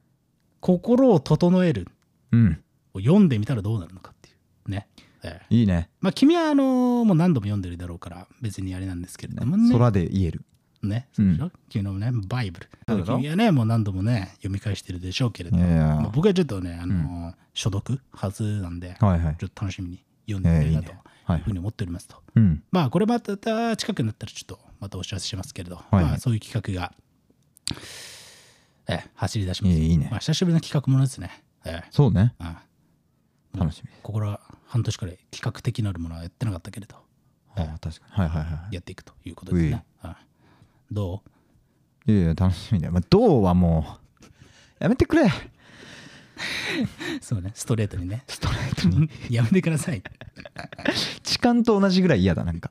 Speaker 2: 「心を整える
Speaker 3: うん」
Speaker 2: を読んでみたらどうなるのかっていうね、ええ
Speaker 3: いいね
Speaker 2: まあ君はあのもう何度も読んでるだろうから別にあれなんですけれどもね
Speaker 3: 空で言える
Speaker 2: ね、
Speaker 3: う
Speaker 2: そう
Speaker 3: ん
Speaker 2: でしょ君のねバイブル
Speaker 3: そうだろ
Speaker 2: 君はねもう何度もね読み返してるでしょうけれど
Speaker 3: い
Speaker 2: も、
Speaker 3: やいや
Speaker 2: まあ僕はちょっとねあのー所読はずなんで、
Speaker 3: はいはい
Speaker 2: ちょっと楽しみに読んでみたいなと
Speaker 3: ええいい
Speaker 2: い
Speaker 3: ねはいう
Speaker 2: ふうに思っておりますと。
Speaker 3: うん
Speaker 2: まあこれまた近くになったらちょっとまたお知らせしますけれど、
Speaker 3: はい
Speaker 2: まあ、そういう企画が、ええ、走り出します
Speaker 3: いいいいね
Speaker 2: まあ、久しぶりの企画ものですね、ええ
Speaker 3: そうね
Speaker 2: ああ
Speaker 3: 楽しみ
Speaker 2: ここら半年くらい企画的なるものはやってなかったけれど
Speaker 3: ああ確かにはいはいは
Speaker 2: やっていくということですね、ああどう (laughs)
Speaker 3: いいやいや楽しみだよ、まあ、どうはもうやめてくれ
Speaker 2: そうねストレートにね
Speaker 3: (laughs) ストレートに
Speaker 2: (laughs) やめてくだ
Speaker 3: (laughs)
Speaker 2: さい
Speaker 3: 痴漢と同じぐらい嫌だなんか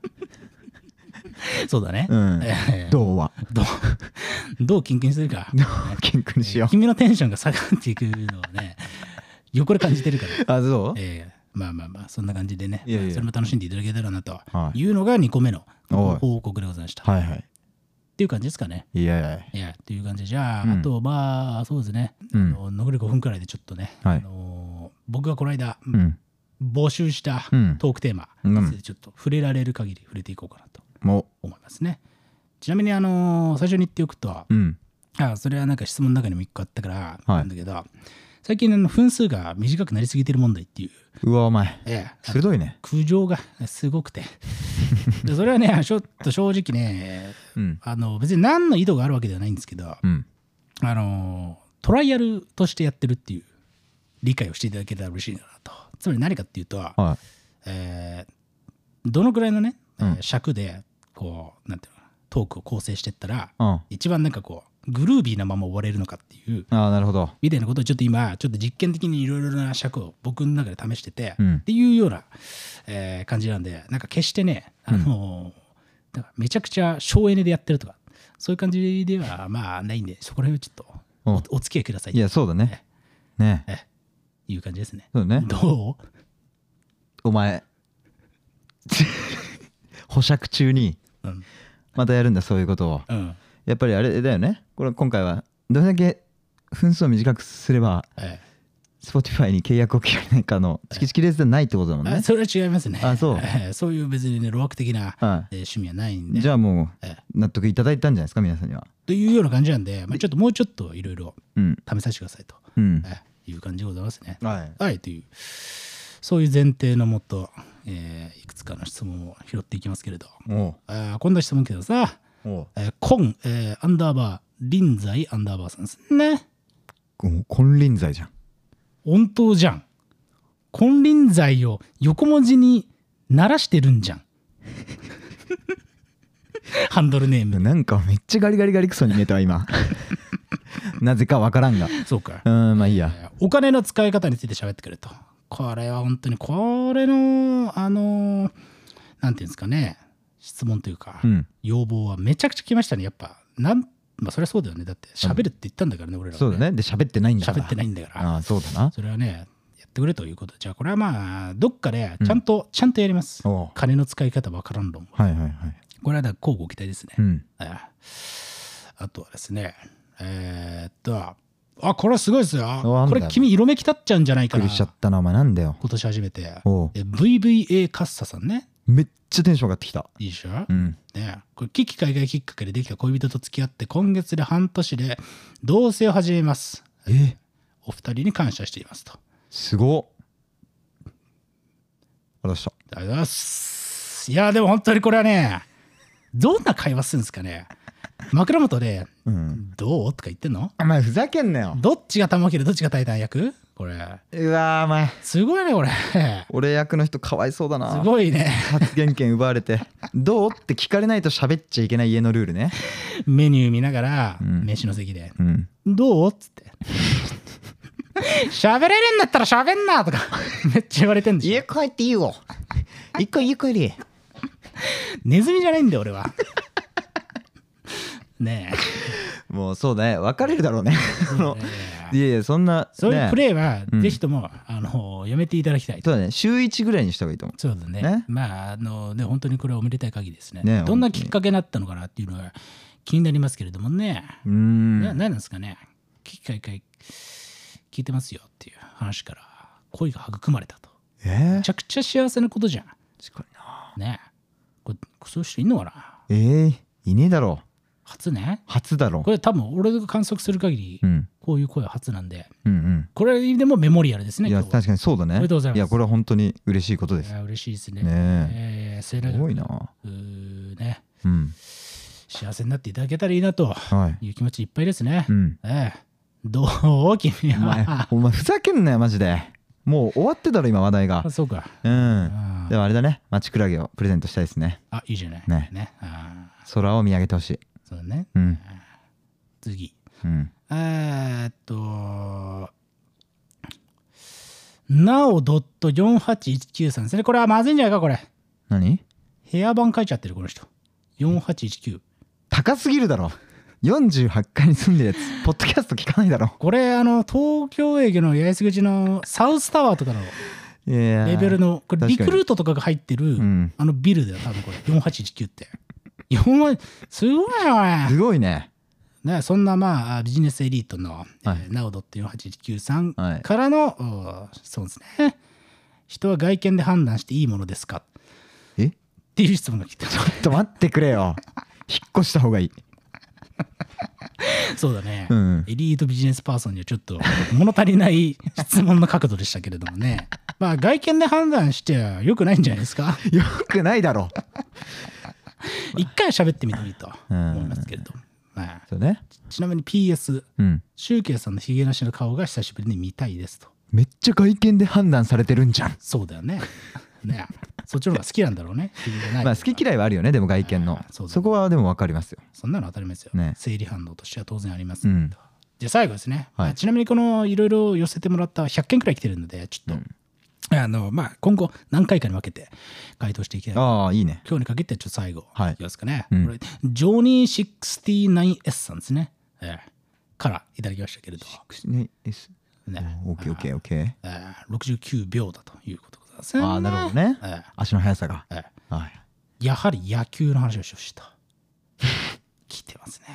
Speaker 2: そうだね、 (laughs)
Speaker 3: うん
Speaker 2: ええ
Speaker 3: ど (laughs) うは
Speaker 2: どうどうキンキンするか
Speaker 3: どうキンクにしよう
Speaker 2: 君のテンションが下がっていくのはね横で感じてるから
Speaker 3: (laughs) あそう
Speaker 2: ええまあまあまあそんな感じでね
Speaker 3: いやいや
Speaker 2: それも楽しんでいただけたらなと
Speaker 3: はい
Speaker 2: いうのが2個目の
Speaker 3: おい
Speaker 2: 報告でございました、
Speaker 3: はい
Speaker 2: っ
Speaker 3: はい
Speaker 2: ていう感じですかね
Speaker 3: いやいや
Speaker 2: いやという感じでじゃあ、
Speaker 3: うん
Speaker 2: あとまあそうですね、
Speaker 3: うん
Speaker 2: あの残り5分くらいでちょっとね、
Speaker 3: はい
Speaker 2: あのー僕がこの間、
Speaker 3: うん
Speaker 2: 募集した
Speaker 3: うん
Speaker 2: トークテーマ、
Speaker 3: うん
Speaker 2: ちょっと触れられる限り触れていこうかなと
Speaker 3: も
Speaker 2: 思いますねちなみにあのー最初に言っておくと、
Speaker 3: ううん
Speaker 2: あそれはなんか質問の中にも1個あったから
Speaker 3: い
Speaker 2: なんだけど、最近あの分数が短くなりすぎてる問題っていう、
Speaker 3: うわお前
Speaker 2: ええ
Speaker 3: 鋭いね
Speaker 2: 苦情がすごくて (laughs) でそれはねちょっと正直ね
Speaker 3: うん
Speaker 2: あの別に何の意図があるわけではないんですけど
Speaker 3: うん
Speaker 2: あのトライアルとしてやってるっていう理解をしていただけたら嬉しいなとつまり何かっていうと、
Speaker 3: は
Speaker 2: えーどのくらいのね、えー
Speaker 3: うん
Speaker 2: 尺でこうなんていうのかなトークを構成してったら
Speaker 3: いうんあ
Speaker 2: 一番なんかこうグルービーなまま終われるのかっていう
Speaker 3: あなるほど
Speaker 2: みたいなことをちょっと今ちょっと実験的にいろいろな尺を僕の中で試してて、
Speaker 3: うん
Speaker 2: っていうような、えー感じなんでなんか決してね、あのーなんかめちゃくちゃ省エネでやってるとかそういう感じではまあないんでそこら辺はちょっ
Speaker 3: うん
Speaker 2: とおお付き合いください
Speaker 3: いやそうだねね
Speaker 2: えいう感じですね。
Speaker 3: そうだね
Speaker 2: どう
Speaker 3: お前 (laughs) 保釈中に
Speaker 2: うん
Speaker 3: またやるんだそういうことを
Speaker 2: うん
Speaker 3: やっぱりあれだよねこれ今回はどれだけ分数を短くすれば
Speaker 2: え
Speaker 3: Spotify に契約を切らないかのチキチキレースではないってことだもん
Speaker 2: え
Speaker 3: ね
Speaker 2: あ、それは違いますね。
Speaker 3: あそう
Speaker 2: ええそういう別にね、路惑的な、
Speaker 3: は
Speaker 2: えー趣味はないん
Speaker 3: い、
Speaker 2: で。
Speaker 3: じゃあもう
Speaker 2: ええ
Speaker 3: 納得いただいたんじゃないですか皆さんには
Speaker 2: というような感じなんで、まあ、ちょっともうちょっといろいろ
Speaker 3: うん
Speaker 2: 試させてくださいと、
Speaker 3: うん
Speaker 2: ええいう感じでございますね。
Speaker 3: はい
Speaker 2: はい、という、そういう前提のもと、えーいくつかの質問を拾っていきますけれど、
Speaker 3: おう
Speaker 2: あーこんな質問けどさ、
Speaker 3: おう
Speaker 2: えーコン、えーアンダーバー、臨済アンダーバーさんですね。
Speaker 3: もう金輪際じゃん
Speaker 2: 本当じゃん。金輪際を横文字に鳴らしてるんじ (laughs) ゃん。ハンドルネーム。
Speaker 3: なんかめっちゃガリガリガリクソに見えたわ今なぜかわからんが
Speaker 2: そうか
Speaker 3: う。んまあいいや
Speaker 2: えーお金の使い方について喋ってくれと。これは本当に、これの、あのーなんていうんですかね、質問というか、
Speaker 3: うん
Speaker 2: 要望はめちゃくちゃ来ましたね、やっぱ。なんまあ、そりゃそうだよね。だって、喋るって言ったんだからね、俺らは、
Speaker 3: そうだねで喋ってないんだから
Speaker 2: 喋ってないんだから。
Speaker 3: ああそうだな
Speaker 2: それはね、やってくれということ。じゃあ、これはまあ、どっかで、ちゃんと、ちゃんとやります
Speaker 3: おう。
Speaker 2: 金の使い方わからん論は。
Speaker 3: はいはいはい
Speaker 2: これはだから交互期待ですね。
Speaker 3: うん
Speaker 2: ああとはですね、えーっと、あこれはすごいですよ
Speaker 3: なんだ
Speaker 2: これ君色めき立っちゃうんじゃないか
Speaker 3: びっく
Speaker 2: な
Speaker 3: りしちゃったなお前なんだよ
Speaker 2: 今年初めて
Speaker 3: おう
Speaker 2: で VVA カッサさんね
Speaker 3: めっちゃテンション上がってきた
Speaker 2: いいでしょ、
Speaker 3: うん
Speaker 2: ねこれ危機海外きっかけでできた恋人と付き合って今月で半年で同棲を始めます
Speaker 3: え
Speaker 2: お二人に感謝していますとあ
Speaker 3: すごっあらした
Speaker 2: りがとうございますいやでも本当にこれはねどんな会話するんですかね枕元で
Speaker 3: うん
Speaker 2: 「どう?」とか言ってんの
Speaker 3: お前ふざけんなよ
Speaker 2: どっちが玉切れどっちがタイタン役これ
Speaker 3: うわーお前
Speaker 2: すごいねこれ
Speaker 3: 俺役の人かわいそうだ
Speaker 2: す
Speaker 3: な
Speaker 2: ごいね
Speaker 3: 発言権奪われて (laughs) どうって聞かれないと喋っちゃいけない家のルールね
Speaker 2: メニュー見ながら
Speaker 3: うん
Speaker 2: 飯の席で
Speaker 3: うん
Speaker 2: 「どう?」っつって「喋れるんだったら喋んな」とかめっちゃ言われてんでしょ
Speaker 3: 帰っていい (laughs) よ一回家帰り
Speaker 2: ネズミじゃないんだよ俺
Speaker 3: (laughs)
Speaker 2: はね
Speaker 3: もうそうだね別れるだろうねあの
Speaker 2: え
Speaker 3: いやいやそんな
Speaker 2: そういう
Speaker 3: ね
Speaker 2: プレーは
Speaker 3: うん
Speaker 2: ぜひとも、あのやめていただきたい
Speaker 3: そうだね週一ぐらいにした方がいいと思
Speaker 2: そうだね
Speaker 3: ね
Speaker 2: まああのね本当にこれはおめでたい限りですね
Speaker 3: ね
Speaker 2: どんなきっかけになったのかなっていうのが気になりますけれどもね、
Speaker 3: ううーん
Speaker 2: な何なんですかね機会回聞いてますよっていう話から恋が育まれたと
Speaker 3: え
Speaker 2: めちゃくちゃ幸せなことじゃん
Speaker 3: ー、確かにな
Speaker 2: ねこれそういう人いんのかな
Speaker 3: えー、いねえだろ
Speaker 2: 初ね
Speaker 3: 初だろ
Speaker 2: これ多分俺が観測する限り、
Speaker 3: うん
Speaker 2: こういう声は初なんで
Speaker 3: うん
Speaker 2: これでもメモリアルです
Speaker 3: うん
Speaker 2: ね。
Speaker 3: いや
Speaker 2: 今日は
Speaker 3: 確かにそうだね
Speaker 2: おめでとうございます
Speaker 3: やこれは本当に嬉しいことで
Speaker 2: い
Speaker 3: す
Speaker 2: や嬉しいですね。
Speaker 3: ね
Speaker 2: えー末
Speaker 3: え
Speaker 2: 永
Speaker 3: す
Speaker 2: く
Speaker 3: ごいな
Speaker 2: うーね
Speaker 3: うん
Speaker 2: 幸せになっていただけたらいいなと
Speaker 3: はい
Speaker 2: いう気持ちいっぱいですね。 (laughs)
Speaker 3: うん
Speaker 2: ええどう君
Speaker 3: お前
Speaker 2: は。
Speaker 3: お前ふざけんなよマジでもう終わってたろ今話題が
Speaker 2: あそうか。
Speaker 3: うん
Speaker 2: あ
Speaker 3: でもあれだね、マチクラゲをプレゼントしたいですね。
Speaker 2: あいいじゃない。
Speaker 3: ね
Speaker 2: あ
Speaker 3: 空を見上げてほしい。
Speaker 2: そうだね。
Speaker 3: うん。
Speaker 2: 次。
Speaker 3: うん。
Speaker 2: えーっと。なお .4819 さんですね。これはまずいんじゃないか、これ。
Speaker 3: 何
Speaker 2: 部屋版書いちゃってる、この人。4819。
Speaker 3: 高すぎるだろ。48階に住んでるやつ、ポッドキャスト聞かないだろ。
Speaker 2: これあの東京駅の八重洲口のサウスタワーとかの
Speaker 3: いや
Speaker 2: レベル
Speaker 3: の。
Speaker 2: のこれリ
Speaker 3: 確かに
Speaker 2: クルートとかが入ってる
Speaker 3: うん。
Speaker 2: あのビルだよ多分これ4819って4万すごいなおい
Speaker 3: すごいね。
Speaker 2: ねそんなまあビジネスエリートのえ
Speaker 3: はい
Speaker 2: ーなおどって4819さん
Speaker 3: はい
Speaker 2: からのおそうですね人は外見で判断していいものですか
Speaker 3: えちょ
Speaker 2: っていう質問が来た (laughs)
Speaker 3: っと待ってくれよ。引っ越した方がいい。
Speaker 2: そうだね
Speaker 3: うん。
Speaker 2: エリートビジネスパーソンにはちょっと物足りない質問の角度でしたけれどもね。まあ外見で判断しては良くないんじゃないですか。
Speaker 3: よくないだろ。
Speaker 2: 一回は喋ってみてもいいと
Speaker 3: うん
Speaker 2: 思いますけれども。まあ
Speaker 3: そうね。
Speaker 2: ちなみに PS、
Speaker 3: うん。
Speaker 2: シュウケイさんのヒゲなしの顔が久しぶりに見たいですと。
Speaker 3: めっちゃ外見で判断されてるんじゃん。
Speaker 2: そうだよ
Speaker 3: (laughs)
Speaker 2: ね。ねそっちの方が好きなんだろうね。ヒゲがない
Speaker 3: まあ好き嫌いはあるよね、でも外見の
Speaker 2: あ。ーそうだね
Speaker 3: そこはでも分かりますよ。
Speaker 2: そんなの当たり前ですよ、
Speaker 3: ね
Speaker 2: 生理反応としては当然あります、
Speaker 3: うん
Speaker 2: で最後ですね、
Speaker 3: はい
Speaker 2: まあちなみにこのいろいろ寄せてもらった100件くらい来てるのでちょっと、あのまあ、今後何回かに分けて回答していきたい
Speaker 3: ああ、いいね。
Speaker 2: 今日にかけてちょっと最後、
Speaker 3: はい
Speaker 2: きますかね、
Speaker 3: うん
Speaker 2: これジョニー 69S さんですね、ええからいただきましたけれど、
Speaker 3: ね、S。
Speaker 2: ね
Speaker 3: オッケーオッケーオッケー。
Speaker 2: ええ69秒だということでございます、
Speaker 3: ああ、なるほどね。
Speaker 2: ええ
Speaker 3: 足の速さが。
Speaker 2: ええ
Speaker 3: はい。
Speaker 2: やはり野球の話をしてほしいと。
Speaker 3: (laughs)
Speaker 2: 来てますね。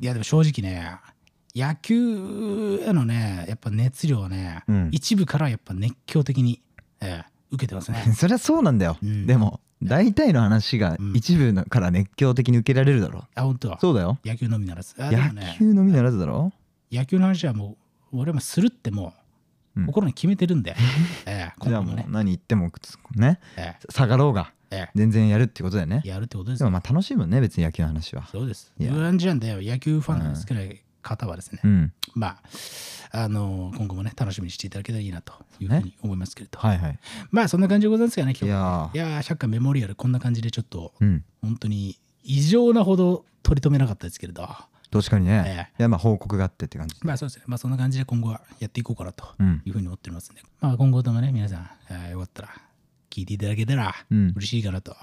Speaker 2: いやでも正直ね、野球へのね、やっぱ熱量はね、
Speaker 3: うん
Speaker 2: 一部からやっぱ熱狂的に、ええ受けてますね。
Speaker 3: (laughs) そりゃそうなんだよ、
Speaker 2: うん
Speaker 3: でも大体の話が
Speaker 2: うん
Speaker 3: 一部のから熱狂的に受けられるだろ、
Speaker 2: あ、本当は。
Speaker 3: そうだよ
Speaker 2: 野球のみならず。あでも
Speaker 3: 野
Speaker 2: ね、
Speaker 3: 球のみならずだろ
Speaker 2: 野球の話はもう、俺もするってもう、
Speaker 3: うん
Speaker 2: 心に決めてる
Speaker 3: (laughs)
Speaker 2: んで、ええ
Speaker 3: じ
Speaker 2: 今
Speaker 3: ゃあ
Speaker 2: 後も
Speaker 3: もう
Speaker 2: ね、
Speaker 3: 何言ってもね
Speaker 2: え
Speaker 3: 下がろうが
Speaker 2: ええ
Speaker 3: 全然やるってことだよね
Speaker 2: えやるってことです
Speaker 3: で
Speaker 2: よ
Speaker 3: もまあ楽しいもんね別に野球の話は
Speaker 2: そうです。
Speaker 3: いや
Speaker 2: 感じなんで、野球ファンの少ない方はですね、
Speaker 3: うん
Speaker 2: まあ、あの今後もね、楽しみにしていただけたらいいなというふう
Speaker 3: ね
Speaker 2: に思いますけれど、
Speaker 3: はいはい
Speaker 2: まあ、そんな感じでございますがね、
Speaker 3: い
Speaker 2: 今日は
Speaker 3: や
Speaker 2: い
Speaker 3: ー
Speaker 2: やー、100回メモリアル、こんな感じでちょっと、
Speaker 3: うん
Speaker 2: 本当に異常なほど取り留めなかったですけれど、
Speaker 3: 確かにね、
Speaker 2: え
Speaker 3: いやまあ報告があってって感じ
Speaker 2: まあそうですね、まあそんな感じで今後はやっていこうかなと
Speaker 3: うん
Speaker 2: いうふうに思っておりますんで、まあ今後ともね、皆さん、えーよかったら聞いていただけたら
Speaker 3: うん
Speaker 2: 嬉しいかなと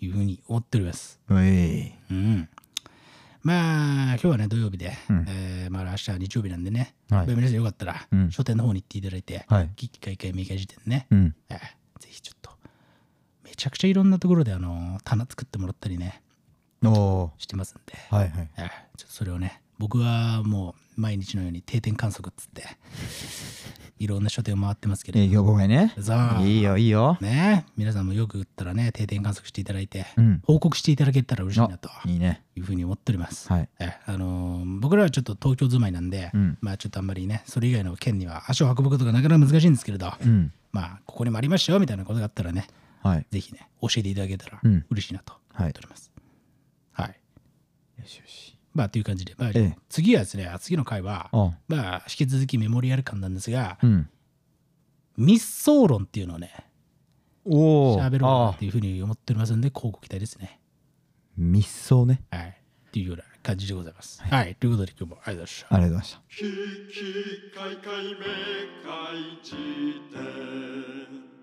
Speaker 2: いうふうに思っております。
Speaker 3: うい
Speaker 2: うん。まあ、今日はね、土曜日で、
Speaker 3: うん
Speaker 2: えーまあ明日は日曜日なんでね、
Speaker 3: はい
Speaker 2: まあ皆さんよかったら、
Speaker 3: うん
Speaker 2: 書店の方に行っていただいて、
Speaker 3: はい
Speaker 2: 危機開会明快時点ね、
Speaker 3: うん
Speaker 2: えーぜひちょっと、めちゃくちゃいろんなところで、あのー棚作ってもらったりね、
Speaker 3: おー
Speaker 2: してますんで、
Speaker 3: はいはい
Speaker 2: えーちょっとそれをね、僕はもう毎日のように定点観測っつっていろんな書店を回ってますけれ
Speaker 3: 営
Speaker 2: ど
Speaker 3: 業妨害ね
Speaker 2: そう
Speaker 3: いいよいいよ
Speaker 2: ね皆さんもよく売ったらね定点観測していただいて、
Speaker 3: うん
Speaker 2: 報告していただけたら嬉しいなと
Speaker 3: いいね
Speaker 2: いうふうに思っております、
Speaker 3: はい
Speaker 2: えあのー僕らはちょっと東京住まいなんで、
Speaker 3: うん
Speaker 2: まあちょっとあんまりねそれ以外の県には足を運ぶことがなかなか難しいんですけれど、
Speaker 3: うん
Speaker 2: まあここにもありましたよみたいなことがあったらね
Speaker 3: はい
Speaker 2: ぜひね教えていただけたら
Speaker 3: うん
Speaker 2: 嬉しいなと思っております、はい、
Speaker 3: よしよし
Speaker 2: まあという感じで、まあ
Speaker 3: ええ
Speaker 2: 次はですね次の回は
Speaker 3: あ
Speaker 2: まあ引き続きメモリアル感なんですが
Speaker 3: うん
Speaker 2: 密相論っていうのをね
Speaker 3: おお
Speaker 2: 喋ろうかなっていうふうに思っておりますので乞うご期待ですね
Speaker 3: 密相ね
Speaker 2: はいっていうような感じでございますはい、ということで今日もありがとうございました
Speaker 3: ありがとうございました
Speaker 1: ひきかいかいめかいじ典